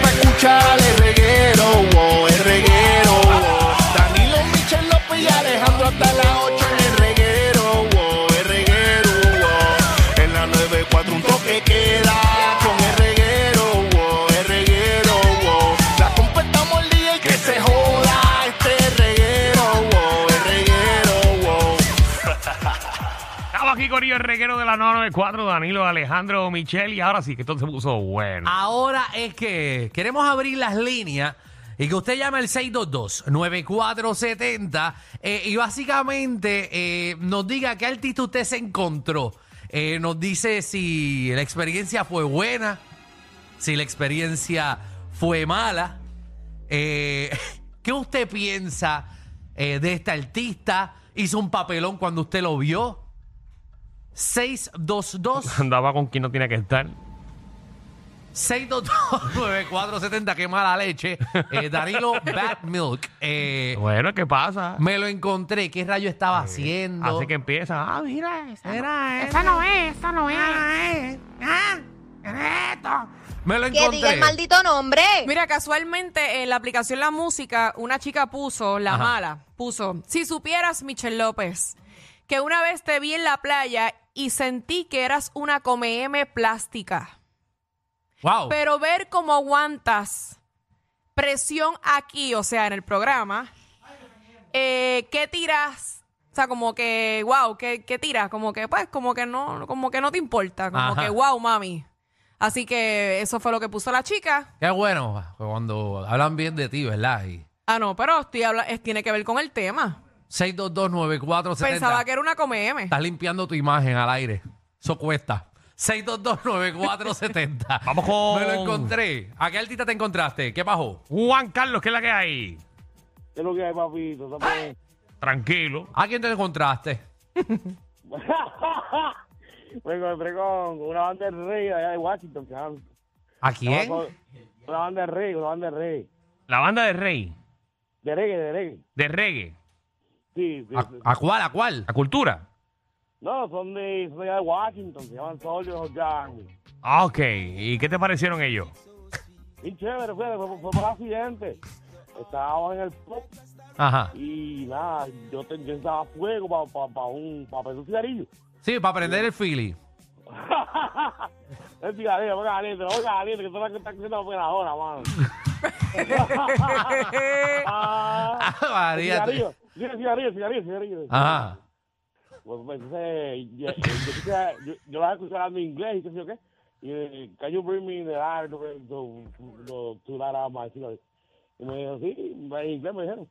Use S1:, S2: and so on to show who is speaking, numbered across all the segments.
S1: escuchar el reguero, oh, el reguero. oh. Danilo Michel López y Alejandro hasta las 8 el reguero, oh, el reguero. oh. En la 94 un toque queda con el reguero, oh, el reguero. oh. La completamos el día y que se joda este reguero, oh, el reguero. oh.
S2: Estamos aquí con el reguero de la 994, Danilo, Alejandro, Michelle, y ahora sí que esto se puso bueno.
S3: Ahora es que queremos abrir las líneas y que usted llame al 622-9470 eh, y básicamente eh, nos diga qué artista usted se encontró. Eh, nos dice si la experiencia fue buena, si la experiencia fue mala. Eh, ¿Qué usted piensa eh, de este artista? ¿Hizo un papelón cuando usted lo vio? 622
S2: Andaba con quien no tiene que estar.
S3: 622-9470, qué mala leche. Eh, Danilo Bad Milk. eh,
S2: Bueno, ¿qué pasa?
S3: me lo encontré, qué rayo estaba haciendo.
S2: Así Eh, que empieza. Ah, mira, esa no-
S3: Era
S2: esa eh. Ah,
S3: él.
S2: no es, esa no es.
S3: Me lo
S4: Que
S3: encontré.
S4: diga el maldito nombre.
S5: Mira, casualmente en la aplicación La Música, una chica puso, la
S3: Ajá.
S5: mala, puso, si supieras, Michelle López, que una vez te vi en la playa y sentí que eras una come M plástica.
S3: wow.
S5: Pero ver cómo aguantas presión aquí, o sea, en el programa, eh, ¿qué tiras? O sea, como que, wow, ¿qué, qué tiras? Como que, pues, como que no, como que no te importa. Como
S3: Ajá.
S5: que, wow, mami. Así que eso fue lo que puso la chica.
S3: Qué bueno cuando hablan bien de ti, ¿verdad? Y
S5: Ah, no, pero estoy habla- es- tiene que ver con el tema.
S3: 6229470.
S5: Pensaba que era una come M.
S3: Estás limpiando tu imagen al aire. Eso cuesta. 6229470.
S2: Vamos con-
S3: Me lo encontré. ¿A qué artista te encontraste? ¿Qué pasó?
S2: Juan Carlos, ¿qué es la que hay?
S6: ¿Qué es lo que hay, papito? También.
S2: Tranquilo.
S3: ¿A quién te encontraste?
S6: Me encontré con una banda del rey allá de Washington, cabrón.
S3: ¿A quién?
S6: Una banda del rey, una banda del rey.
S2: La banda de Rey,
S6: De reggae, de reggae.
S2: de reggae,
S6: Sí, sí.
S3: ¿A,
S6: sí.
S3: a cuál? ¿A cuál?
S2: la cultura.
S6: No, son de, son de allá de Washington, se llaman Soldiers of the Army.
S2: Ah, ok. ¿Y qué te parecieron ellos?
S6: Y chévere, fue, fue, fue por accidente. Estábamos en el pop
S3: Ajá.
S6: y nada, yo, te, yo estaba a fuego para pa, pa un, pa prender un cigarrillo.
S3: Sí, para prender el feeling.
S6: El cigarrillo, fue caliente, fue caliente, que tú que estás haciendo operadora, mano. Ah.
S3: Ah, María, tú-
S6: Cigarrillo, sí, cigarrillo, cigarrillo, cigarrillo.
S3: Ajá.
S6: Pues, pues, entonces, yo, yo, quise- yo, yo la escuché hablando inglés y qué sé yo qué. Y eh, can you bring me the art to, to, to, to that out my cigarrillo? Y me dijo, sí, en inglés me dijeron.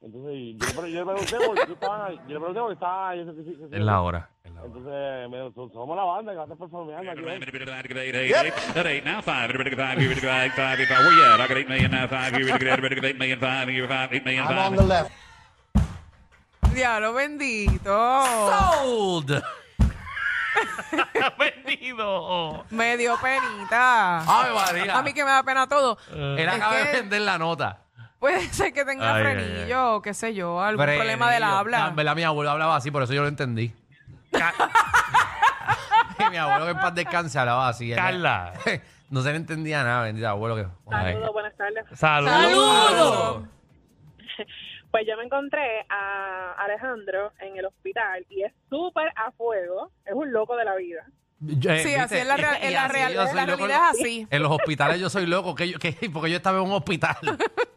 S6: Entonces, yo, le pre- yo le pregunté porque yo estaba, yo le pregunté porque estaba, yo sé que sí, que sí.
S2: Es la hora. es la hora.
S6: Entonces, me dijo, somos la banda que va a estar performeando aquí. ¿eh?
S7: At eight now five, five, five, five, five. Well, yeah, I got eight million now five, eight million five, eight million
S1: I'm
S7: five.
S1: on the left.
S5: Diablo bendito.
S3: Sold.
S2: Vendido.
S5: Me dio penita.
S3: Ay, María. Eh.
S5: A mí que me da pena todo.
S3: Él
S5: Eh, Es
S3: acaba de
S5: que
S3: vender la nota.
S5: puede ser que tenga
S2: Ay, ay,
S5: frenillo, o qué sé yo, algún
S3: Frenillo.
S5: problema del
S3: Ah,
S5: habla.
S3: En verdad, mi abuelo hablaba así, por eso yo lo entendí.
S2: Ca-
S3: Y mi abuelo que en paz descanse hablaba así. Él-
S2: Carla.
S3: no se le entendía nada, bendito abuelo. Que...
S8: Saludos, buenas tardes.
S2: Saludos.
S3: ¡Saludos!
S8: Pues yo me encontré a Alejandro en el hospital y es súper a fuego, es un loco de la vida.
S5: Sí, así es la, real- en la, real- en la realidad es así.
S3: En los hospitales yo soy loco, que yo- que- porque yo estaba en un hospital.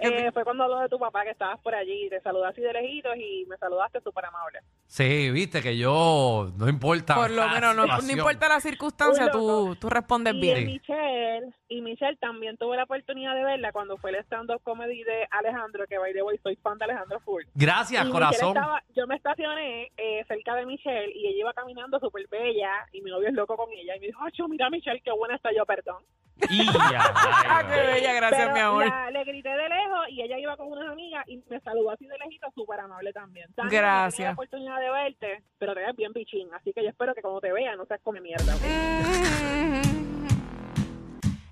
S8: Eh, fue cuando habló de tu papá que estabas por allí, te saludé así de lejitos y me saludaste súper amable.
S3: Sí, viste que yo, no importa.
S5: Por lo
S3: la
S5: menos, no, no
S3: situación.
S5: importa la circunstancia,
S8: Uy, loco.
S5: tú, tú respondes
S8: Y
S5: bien.
S8: Michelle, y Michelle también tuve la oportunidad de verla cuando fue el stand-up comedy de Alejandro, que by the way, soy fan de Alejandro Full.
S3: Gracias,
S8: Y Michelle
S3: corazón.
S8: estaba- yo me estacioné eh, cerca de Michelle y ella iba caminando súper bella y mi novio es loco con ella y me dijo, "Ay, yo, mira Michelle, qué buena está yo, perdón.
S2: Y
S5: Ah, qué
S2: ya,
S5: bella, gracias,
S8: Pero
S5: mi amor.
S8: la- le grité de lejos y ella iba con unas amigas y me saludó así de lejito, súper amable también. Tania,
S5: Gracias.
S8: No tenía la oportunidad de verte, pero te ves bien pichín, así que yo espero que cuando te vea no seas come mierda.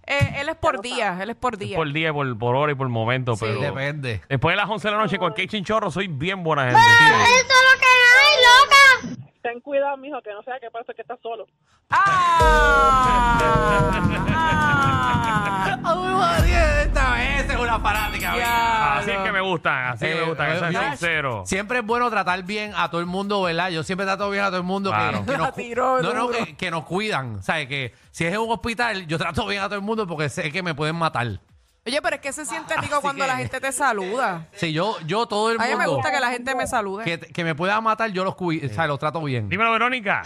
S5: Eh, él es por día, él es por día.
S2: por día, por, por hora y por momento,
S5: Sí.
S2: pero...
S3: Depende.
S2: Después de las 11 de la noche, cualquier chinchorro, soy bien buena gente.
S4: Eso es lo que hay, loca.
S8: Ten cuidado, mijo, que no sea que pasa que estás solo.
S5: ¡Ah! ¡Ah!
S3: ¡Ay, buena fanática.
S5: Ya,
S2: Así es
S5: no.
S2: que me gustan, así es que me gustan,
S3: Eh,
S2: que
S3: ¿verdad?
S2: sean sinceros.
S3: Siempre es bueno tratar bien a todo el mundo, ¿verdad? Yo siempre trato bien a todo el mundo que-
S2: Claro.
S3: que,
S5: La
S3: nos, cu-
S5: tiró,
S3: no, no,
S5: duro.
S3: que, que nos cuidan. ¿Sabes? Que si es en un hospital, yo trato bien a todo el mundo porque sé que me pueden matar.
S5: Oye, pero es que se siente rico
S3: Ah, Así
S5: cuando
S3: que-
S5: la gente te saluda.
S3: Si yo, yo todo el
S5: A mí
S3: mundo
S5: me gusta que la gente me salude.
S3: que, que me pueda matar, yo los cuido, ¿sabes? Los trato bien.
S2: Dímelo, Verónica.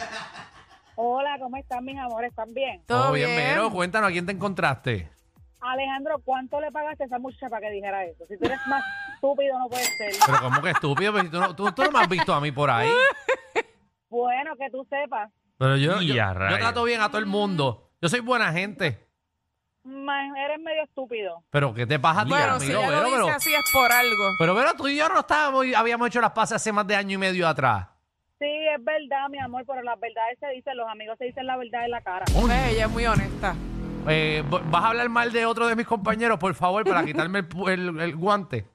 S9: Hola, ¿cómo están mis amores? ¿Están bien?
S5: Todo
S3: Oh,
S5: bien.
S3: Vero, cuéntanos a quién te encontraste.
S9: Alejandro, ¿cuánto le pagaste a esa muchacha para que dijera eso? Si tú eres más estúpido no puedes ser.
S3: Pero como que estúpido, pero si tú, no, tú, tú no me has visto a mí por ahí.
S9: Bueno, que tú sepas,
S3: Pero yo,
S2: Y
S3: yo,
S2: a
S3: yo
S2: rayos.
S3: trato bien a todo el mundo. Yo soy buena gente.
S9: ma- eres medio estúpido.
S3: Pero ¿qué te pasa a ti,
S5: bueno, si
S3: amigo? Vero?
S5: ella lo dice
S3: pero,
S5: así es por algo.
S3: pero, Vero, tú y yo no estábamos, habíamos hecho las pases hace más de año y medio atrás.
S9: Sí, es verdad, mi amor, pero las verdades se dicen, los amigos se dicen la verdad en la cara.
S5: Ve, ella es muy honesta.
S3: Eh, v- vas a hablar mal de otro de mis compañeros, por favor, para quitarme el, pu- el- el guante.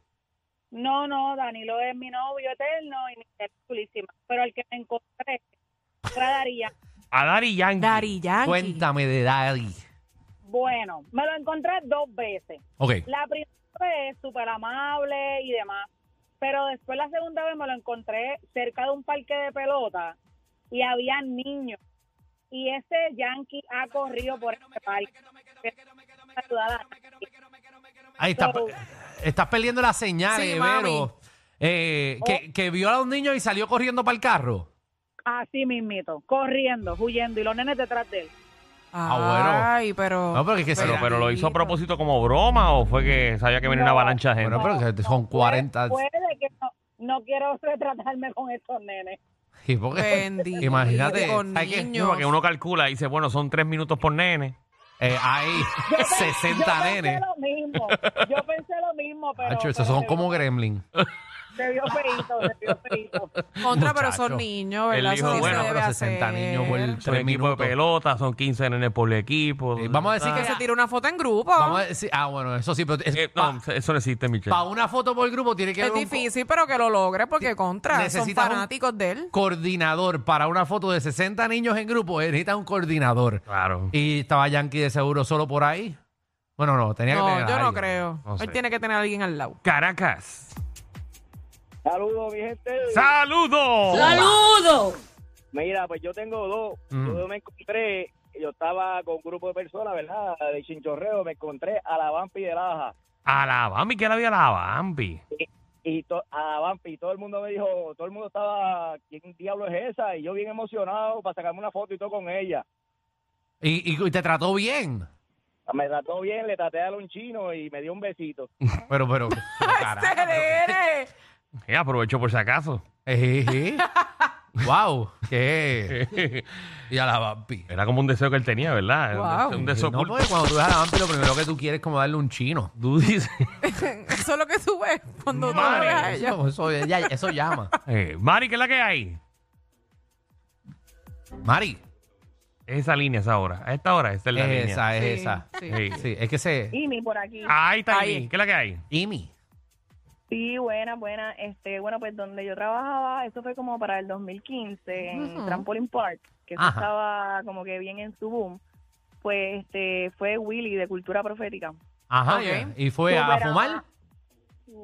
S9: No, no, Danilo es mi novio eterno y mi mujer es chulísima. Pero el que me encontré era Daría.
S2: A Dari Yankee.
S5: Dari Yankee.
S3: Cuéntame de Daddy.
S9: Bueno, me lo encontré dos veces.
S3: Ok.
S9: La primera vez súper amable y demás, pero después la segunda vez me lo encontré cerca de un parque de pelota y había niños. Y ese yankee ha corrido por ese parque. Saludar a-
S3: Ahí está. pe- Estás perdiendo las señales,
S5: Sí, mami.
S3: Vero. Eh, que, que vio a un niño y salió corriendo para el carro.
S9: Así mismito, corriendo, huyendo y los nenes detrás de él.
S3: Ah,
S5: Ay, pero.
S3: No, porque es que se
S2: Pero,
S3: Mira.
S2: pero lo hizo a propósito como broma o fue que sabía que venía una
S9: No.
S2: avalancha de gente.
S3: Bueno, pero que son 40.
S9: Puede, puede que no, no quiero retratarme con estos nenes.
S3: Sí, porque-
S5: Bendito.
S3: imagínate.
S5: Con
S3: hay que-
S5: niños.
S2: Sí, porque uno calcula y dice, bueno, son tres minutos por nene.
S3: eh, hay
S9: Yo pe-
S3: 60
S9: yo Pensé
S3: nenes.
S9: lo mismo, yo pensé lo mismo, pero.
S3: Hacho, esos
S9: pero
S3: Ah, son
S9: se
S3: como
S9: vio-
S3: gremlin.
S9: Se vio feíto, se vio feíto.
S5: Contra, pero
S3: Muchacho.
S5: son niños, ¿verdad?
S2: Él dijo,
S5: Eso no
S2: bueno,
S5: se debe
S3: pero 60
S5: hacer.
S3: niños por el-
S2: Son
S3: Tres
S2: equipo de
S3: minutos.
S2: pelota, son 15 nenes por equipo.
S3: Eh, vamos a decir
S5: Que se tire una foto en grupo.
S3: Vamos a decir, ah, bueno, eso sí, pero
S2: Eh,
S3: para
S2: no, eso no existe, Michelle.
S3: una foto por grupo tiene que
S5: es
S3: haber un co-
S5: difícil, pero que lo logre, porque contra. Son
S3: necesitas un-
S5: fanáticos de él.
S3: coordinador para una foto de 60 niños en grupo, eh, necesita un coordinador.
S2: Claro.
S3: Y estaba Yankee de seguro solo por ahí. Bueno, no, tenía que
S5: No,
S3: tener a
S5: yo no
S3: alguien.
S5: creo.
S2: No sé.
S5: Él tiene que tener a alguien al lado.
S2: Caracas.
S10: Saludos, mi gente.
S2: ¡Saludos!
S10: Mira, pues yo tengo dos.
S2: Mm.
S10: Yo me encontré, yo estaba con un grupo de personas, ¿verdad? De chinchorreo, me encontré a la Vampi de Laja.
S2: A la Bambi, que la había la Bambi.
S10: Y to- a la Vampi, todo el mundo me dijo, todo el mundo estaba, ¿quién diablo es esa? Y yo bien emocionado para sacarme una foto y todo con ella.
S3: Y, y- y te trató bien.
S10: Me trató bien, le traté a un chino y me dio un besito.
S3: Pero, pero, pero, carajo,
S5: ¡Seré!
S2: Eh, aprovecho por si acaso.
S3: Eh, wow, qué. Y a la vampi.
S2: Era como un deseo que él tenía, ¿verdad? Era
S5: Wow.
S2: Un deseo
S3: No,
S2: oculto.
S3: porque cuando tú ves a la vampi, lo primero que tú quieres es como darle un chino.
S2: Tú dices.
S5: Eso es lo que tú ves Pues, cuando tú
S2: Madre.
S5: la ves a ella.
S3: Eso, pues, eso- ella- eso llama.
S2: Eh, Mari, ¿qué es la que hay?
S3: Mari,
S2: Es esa línea, esa hora. A esta hora, esta es la línea.
S3: esa es
S5: Sí,
S3: esa.
S5: sí.
S2: Sí.
S3: Sí, es que se.
S9: Jimmy por aquí.
S2: Ahí está,
S5: Ahí.
S2: Imi. ¿Qué es la que hay?
S3: Imi.
S9: Sí, buena, buena. Este, bueno, pues donde yo trabajaba, eso fue como para el 2015 en
S5: Ujú.
S9: Trampoline Park, que eso
S3: Ajá.
S9: estaba como que bien en su boom. Pues este, fue Willy de Cultura Profética.
S3: Ajá.
S5: Ok.
S3: ya. Y fue a
S9: Superaba-
S3: fumar.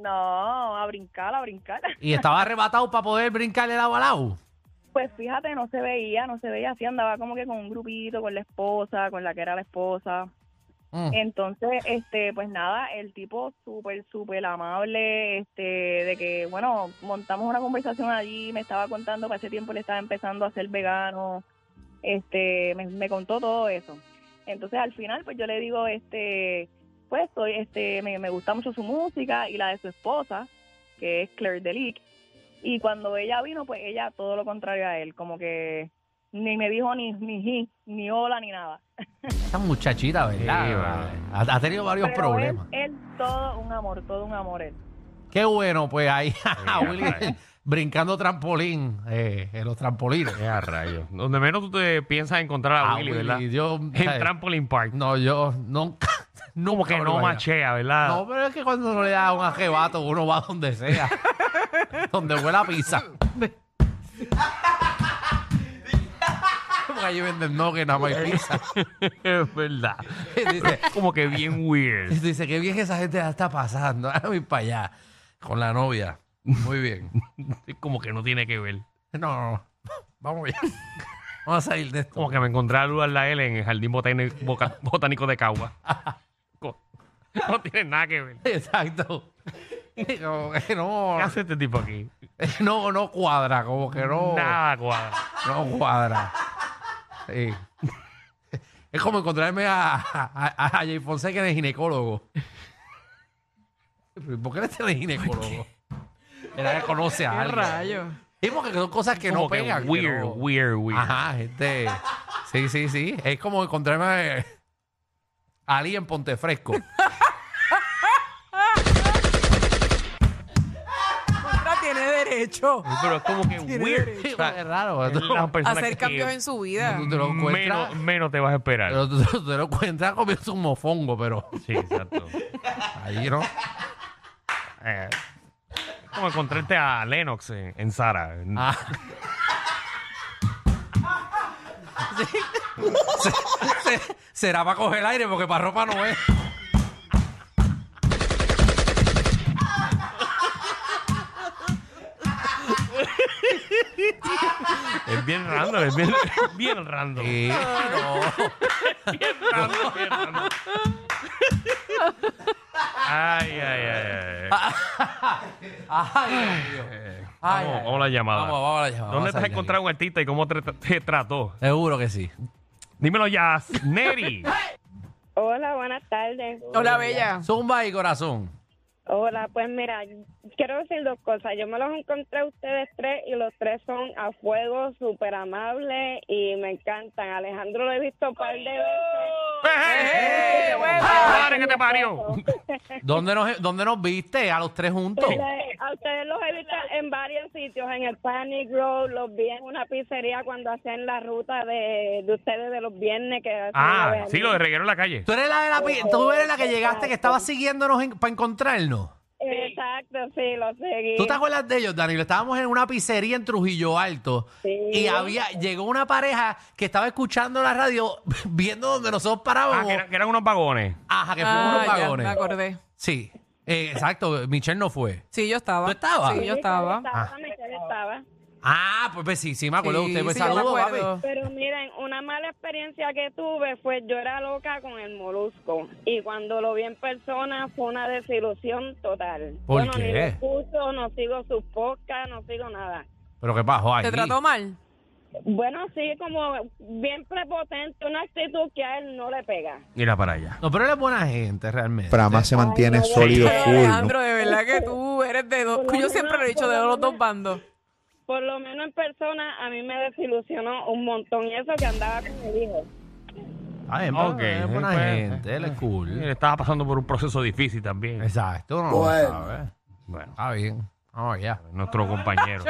S9: No, a brincar, a brincar.
S3: Y estaba arrebatado para poder brincarle lado a lado.
S9: Pues fíjate, no se veía, no se veía así, andaba como que con un grupito, con la esposa, con la que era la esposa.
S3: Mm.
S9: Entonces, este, pues nada, el tipo súper, súper amable, este, de que, bueno, montamos una conversación allí, me estaba contando, para ese tiempo le estaba empezando a ser vegano, este, me, me contó todo eso. Entonces, al final, pues yo le digo, este, pues, soy, este, me, me gusta mucho su música y la de su esposa, que es Claire Delic, y cuando ella vino, pues ella todo lo contrario a él, como que ni me dijo ni, ni, hi, ni hola, ni nada.
S3: Esa muchachita, ¿verdad?
S2: Sí, vale.
S3: ha, ha tenido varios
S9: Pero
S3: problemas.
S9: Él, él todo un amor, todo un amor él.
S3: Qué bueno, pues ahí, a
S2: Sí,
S3: Willy,
S2: vale.
S3: brincando trampolín, eh, en los trampolines.
S2: Eh, a rayos. Donde menos tú te piensas encontrar a,
S3: A
S2: Willy,
S3: Willy,
S2: ¿verdad?
S3: yo-
S2: en Trampoline Park.
S3: No, yo nunca, nunca.
S2: Como que
S3: lo
S2: no
S3: haría.
S2: machea, ¿verdad?
S3: No, pero es que cuando uno le da un ajebato, uno va donde sea. donde huela a pizza. porque allí venden nuggets nada más y pizza.
S2: es verdad.
S3: Dice-
S2: Como que bien weird.
S3: Dice, qué bien que esa gente ya está pasando. Ahora voy para allá con la novia. Muy bien.
S2: Como que no tiene que ver.
S3: No, no, no. Vamos allá. Vamos a salir de esto.
S2: Como que me encontré a Lugar La L en el Jardín Botani- Boca- Botánico de Cagua. Co- No tiene nada que ver.
S3: Exacto. Como que no,
S2: ¿Qué hace este tipo aquí?
S3: no, no cuadra, como que no,
S2: Nada cuadra.
S3: no cuadra. Sí. Es como encontrarme a, a, a- a Jay Fonseca en el ginecólogo. Pero, ¿Por qué le tiene ginecólogo? Era que conoce a
S5: ¿Qué
S3: alguien.
S5: rayo?
S3: Es porque son cosas que no
S2: Como que
S3: pegan. que
S2: weird,
S3: no-
S2: weird, weird.
S3: Ajá, gente. Sí, sí, sí. Es como encontrarme a- a Ali en Ponte Fresco.
S5: Contra tiene derecho
S2: Pero es como que
S5: Tiene
S2: weird.
S5: derecho.
S2: O
S3: es
S2: sea,
S3: raro.
S2: es
S3: Tú,
S2: la
S5: a
S2: persona que
S5: hacer cambios en su vida.
S3: tú te lo encuentras.
S2: menos, menos te vas a esperar.
S3: Pero tú, tú te lo encuentras comiendo un mofongo, pero
S2: Sí, exacto.
S3: ahí no.
S2: Eh, es como encontrarte a Lennox en, en Sara. En-
S3: Ah. Sí. Se- se- será para coger aire porque para ropa no es.
S2: Es bien random, es bien, bien random.
S3: Sí, no.
S2: Bien random, bien random. Ay, ay, ay. ay.
S3: Ah, Ay, Dios
S1: oh.
S3: mío. Ay,
S2: Vamos,
S3: ay,
S2: vamos a la llamada.
S3: Vamos, vamos a la llamada.
S2: ¿Dónde
S3: Vamos a
S2: te has
S3: salir de
S2: encontrado un artista y cómo te, te trató?
S3: aquí. Seguro que sí.
S2: Dímelo ya, Neri.
S11: Hola, buenas tardes.
S5: Hola, bella.
S3: Zumba y corazón.
S11: Hola, pues mira, quiero decir dos cosas. Yo me los encontré a ustedes tres y los tres son a fuego, súper amables y me encantan. Alejandro lo he visto un par de veces.
S2: ¡Eh,
S5: huevo!
S2: ¡Madre que te parió!
S3: ¿Dónde nos, ¿Dónde nos viste? A los tres juntos.
S11: Ustedes- A ustedes los he visto en varios sitios, en el Panic Row, los vi en una pizzería cuando hacían la ruta de, de ustedes de los viernes que hacen la
S2: Ah,
S11: vez.
S2: sí, lo de reguero en la calle.
S3: Tú eres la, de la pi- tú eres la que llegaste, que estaba siguiéndonos para encontrarnos.
S11: Exacto, sí, lo seguí.
S3: ¿Tú te acuerdas de ellos, Danilo? Estábamos en una pizzería en Trujillo Alto
S11: Sí.
S3: y había llegó una pareja que estaba escuchando la radio, viendo donde nosotros
S2: Ah,
S3: parábamos.
S2: que, eran- que eran unos vagones.
S3: Ajá, que fuimos
S5: Ah,
S3: unos
S5: ya,
S3: vagones.
S5: me acordé.
S3: sí,
S5: Ah.
S3: Eh, exacto. Michelle no fue.
S5: Sí, yo estaba.
S3: ¿Tú estabas?
S5: Sí, yo estaba.
S3: Ah.
S11: Michelle estaba.
S3: Ah, pues, pues sí, sí me acuerdo de
S5: Sí,
S3: usted. Pues
S5: sí, yo me
S3: saludos, papi.
S5: acuerdo.
S11: Pero miren, una mala experiencia que tuve fue yo era loca con el molusco y cuando lo vi en persona fue una desilusión total.
S3: ¿Por
S11: Yo no, ni
S3: qué?
S11: lo escucho, no sigo sus podcasts, no sigo nada.
S3: Pero qué pasó ahí.
S5: ¿Te trató mal?
S11: Bueno, sí, como bien prepotente, una actitud que a él no le pega.
S2: Mira para allá.
S3: No, pero él es buena gente realmente.
S12: Prama se mantiene
S11: Ay,
S12: sólido
S5: Pero,
S12: full. ¿no?
S5: Alejandro, de verdad que tú eres de dos. Yo siempre lo he dicho de los dos bandos.
S11: Por lo menos en persona a mí me desilusionó un montón y eso que andaba con el hijo.
S3: Ah, es
S2: Ok,
S3: es buena
S2: pues,
S3: gente, él es
S2: Él
S3: cool.
S2: estaba pasando por un proceso difícil también.
S3: Exacto, no lo
S12: Bueno.
S3: sabe.
S2: Bueno,
S3: Está bien. Vamos allá.
S2: nuestro compañero.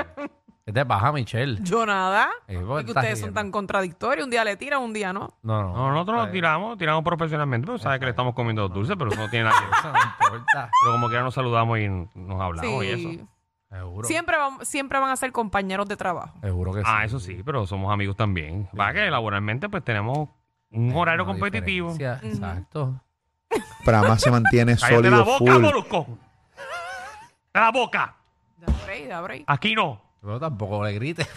S3: ¿Qué te pasa, Michelle?
S5: Yo nada.
S3: Eh,
S5: Es
S3: vos
S5: que
S3: estás
S5: ustedes son
S3: llena.
S5: tan contradictorios. Un día le tiran, un día no.
S3: No, no.
S2: No, nosotros nos tiramos, tiramos profesionalmente, pero sabes que le estamos comiendo los dulces, pero eso no tiene nada que ver.
S3: Eso no importa.
S2: Pero como que ya nos saludamos y nos hablamos y
S5: Sí.
S2: eso.
S3: Seguro.
S5: Siempre, van- siempre van a ser compañeros de trabajo.
S3: Seguro que sí.
S2: Ah, eso sí, pero somos amigos también. Para que laboralmente pues tenemos un
S3: Hay
S2: horario
S3: una
S2: competitivo.
S3: diferencia, Exacto.
S12: Prama se mantiene
S2: Cállate la
S12: sólido
S2: boca,
S12: full.
S2: Molusco. ¡La boca!
S5: Da break, da break.
S2: Aquí no.
S3: Pero tampoco le grites.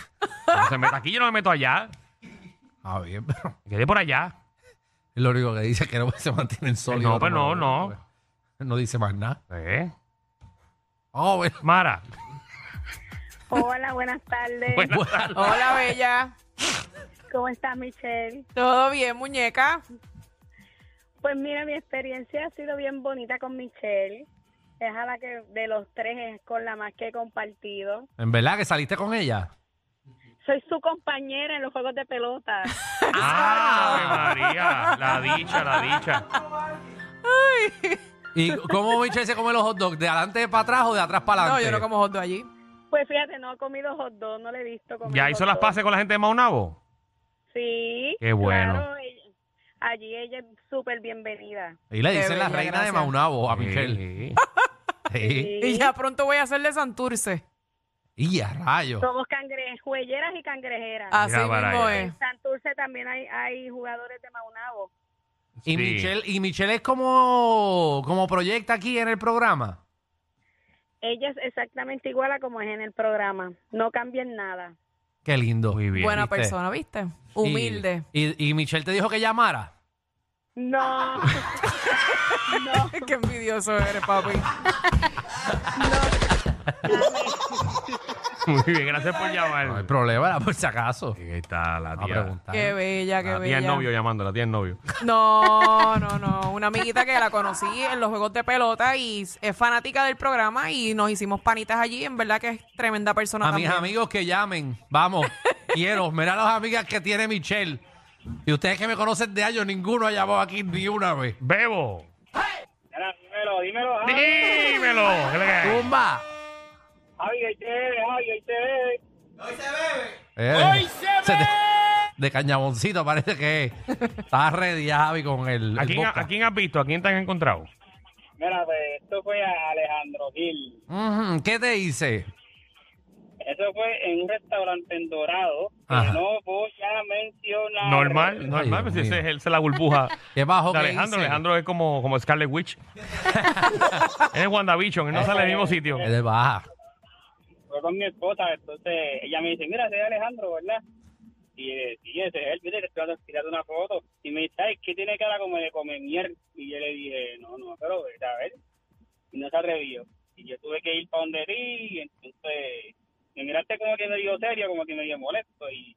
S2: No se meta aquí, yo no me meto allá.
S3: Ah, bien, pero
S2: Me Quedé por allá.
S3: es lo único que dice es que no se mantienen sólidos.
S2: No, pues no, no.
S3: No dice más nada.
S2: ¿Eh?
S3: Oh, bueno.
S2: Mara.
S11: Hola, buenas tardes.
S2: Buenas tardes.
S5: Hola, bella.
S11: ¿Cómo estás, Michelle?
S5: ¿Todo bien, muñeca?
S11: Pues mira, mi experiencia ha sido bien bonita con Michelle. Es a la que de los tres es con la más que he compartido.
S3: ¿En verdad que saliste con ella?
S11: Soy su compañera en los juegos de pelota.
S2: ¡Ah, Ave María! La dicha, la dicha.
S3: ¿Y cómo Michelle se come los hot dogs? ¿De adelante para atrás o de atrás para
S5: No,
S3: adelante?
S5: yo no como hot dog allí.
S11: Pues fíjate, no he comido hot dog, no le he visto comer.
S2: ¿Ya
S11: hot
S2: hizo las
S11: dog.
S2: paces con la gente de Maunabo?
S11: Sí.
S2: Qué bueno.
S11: claro, ella- allí ella es súper bienvenida.
S3: Y le
S5: Qué
S3: dicen la
S5: bella,
S3: reina de
S5: gracias.
S3: Maunabo a Michelle.
S2: Sí.
S3: Sí.
S5: Y ya pronto voy a hacer de Santurce.
S3: Y a rayos.
S11: Somos cangrejuelleras y cangrejeras.
S3: Así Mira para mismo allá. es.
S11: En Santurce también hay, hay jugadores de Maunabo.
S3: Y, Michelle, y Michelle es como, como proyecta aquí en el programa.
S11: Ella es exactamente igual a como es en el programa. No cambian nada.
S3: Qué lindo. Muy bien.
S5: Buena persona, ¿viste? Humilde.
S3: Y, y Michelle te dijo que llamara.
S11: No.
S5: no. Qué envidioso eres, papi.
S2: Muy bien, gracias por llamar.
S3: No hay problema, era por si acaso.
S2: Ahí está la
S3: Vamos a
S2: tía.
S3: preguntar.
S5: Qué bella, qué
S2: La tía
S5: bella.
S2: el novio llamando, la tía el novio.
S5: No, no, no. Una amiguita que la conocí en los juegos de pelota y es fanática del programa y nos hicimos panitas allí. En verdad que es tremenda persona
S3: A mis
S5: también.
S3: amigos que llamen, vamos, quiero. Mira las amigas que tiene Michelle. Y ustedes que me conocen de años, ninguno ha llamado aquí ni una vez.
S2: Bebo.
S10: Dímelo, dímelo. Javi.
S2: Dímelo. ¿qué le cae?
S3: ¡Tumba!
S10: Javi, ahí te ve, Javi, ahí te ve.
S3: Eh, se te- de cañaboncito parece que estás ready, Javi, con el, el
S2: ¿A quién,
S3: boca.
S2: a quién has visto? ¿A quién te has encontrado?
S10: Mira, pues esto fue a Alejandro Gil.
S3: Ujú, ¿Qué te hice?
S10: Eso fue en un restaurante en Dorado. que
S3: Ajá.
S10: no voy a mencionar.
S2: Normal, normal, pues
S3: Dios
S2: ese
S3: mío.
S2: es el- esa es la burbuja.
S3: ¿Qué bajo
S2: de
S3: que
S2: Alejandro,
S3: hice?
S2: Alejandro es como, como Scarlet Witch. él es WandaVision, él no sale del mismo sitio.
S3: Él es Eh, baja.
S10: Eh, Fue con mi esposa, entonces ella me dice, mira, ese es Alejandro, ¿verdad? Y eh, sí, ese es él, mire, le estoy dando- tirando una foto. Y me dice, ay, ¿qué tiene cara como de comer mierda? Y yo le dije, no, no, pero vete a ver. Y no se atrevió. Y yo tuve que ir para donde ti, y entonces me miraste como que me dio serio, como que me dio molesto. y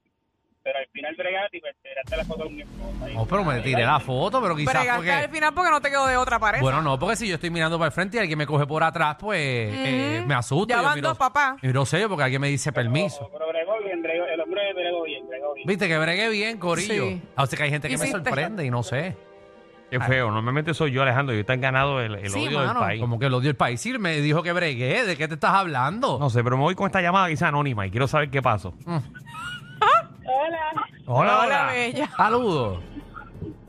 S10: Pero al final bregaste y pues tiraste la foto con mi esposa. Y-
S3: No, pero me tiré la foto, pero quizás
S5: Bregaste
S3: porque...
S5: al final porque no te quedó de otra pareja.
S3: Bueno, no, porque si yo estoy mirando para el frente y alguien me coge por atrás, pues eh, me asusta.
S5: Ya
S3: yo
S5: van
S3: miro-
S5: dos, papá.
S3: yo miro serio porque alguien me dice permiso.
S10: Pero bregó bien, bregó, el hombre bregó bien, bregó bien.
S3: Viste que bregué bien, Corillo.
S5: Sí.
S3: Ah, O sea que hay gente que me
S5: Hiciste.
S3: sorprende y no sé.
S2: Qué feo, normalmente soy yo, Alejandro, y está ganado el, el
S5: Sí,
S2: odio
S5: mano.
S2: del país.
S3: Como que lo dio el país. Sí, me dijo que bregué. ¿De qué te estás hablando? Mm.
S2: No sé, pero me voy con esta llamada que es anónima y quiero saber qué pasó.
S11: Hola.
S2: Hola, hola.
S5: bella.
S3: Ah, Saludos.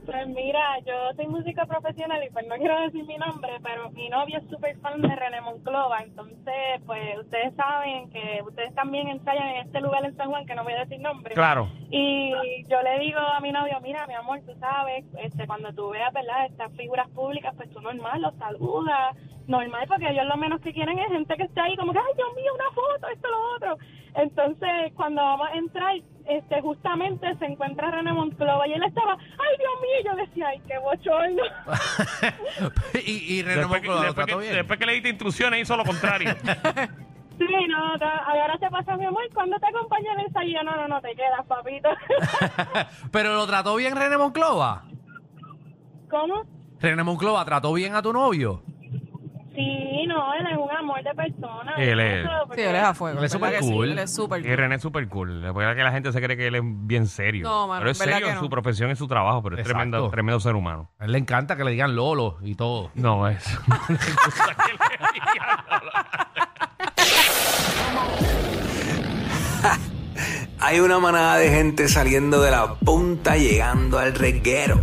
S11: Pues mira, yo soy música profesional y pues no quiero decir mi nombre, pero mi novio es súper fan de René Monclova. Entonces, pues ustedes saben que ustedes también ensayan en este lugar en San Juan, que no voy a decir nombre.
S2: Claro.
S11: Y yo le digo a mi novio, mira, mi amor, tú sabes, este, cuando tú veas, ¿verdad? Estas figuras públicas, pues tú normal, los saludas, normal, porque ellos lo menos que quieren es gente que esté ahí como que, ay, Dios mío, una foto, esto, lo otro. Entonces, cuando vamos a entrar, este, justamente se encuentra René Monclova y él estaba, ay, Dios mío, y yo decía, ay, qué bochorno.
S3: y y René
S2: Después que,
S3: Monclova, ¿lo
S2: después que-
S3: trató bien?
S2: después que le diste instrucciones hizo lo contrario.
S11: Sí, no, no, ahora te pasa, mi amor, ¿cuándo te acompaña el ensayo? Yo, No, no, no, te quedas, papito.
S3: Pero lo trató bien René Monclova.
S11: ¿Cómo?
S3: René Monclova trató bien a tu novio.
S11: Sí, no, él es un amor de persona.
S2: Él es-
S11: Eso,
S5: Sí,
S11: porque-
S5: él es a fuego.
S3: Él es
S5: ¿verdad
S3: súper
S5: que sí?
S3: cool.
S5: Él es súper
S2: y
S5: cool.
S2: René es súper cool. La verdad que la gente se cree que él es bien serio.
S5: No, mano,
S2: pero es
S5: ¿verdad
S2: serio
S5: que
S2: en
S5: no?
S2: su profesión, en su trabajo, pero es
S3: Exacto.
S2: tremendo, tremendo ser humano.
S3: A él le encanta que le digan Lolo y todo.
S2: No, es.
S13: Hay una manada de gente saliendo de la punta llegando al reguero.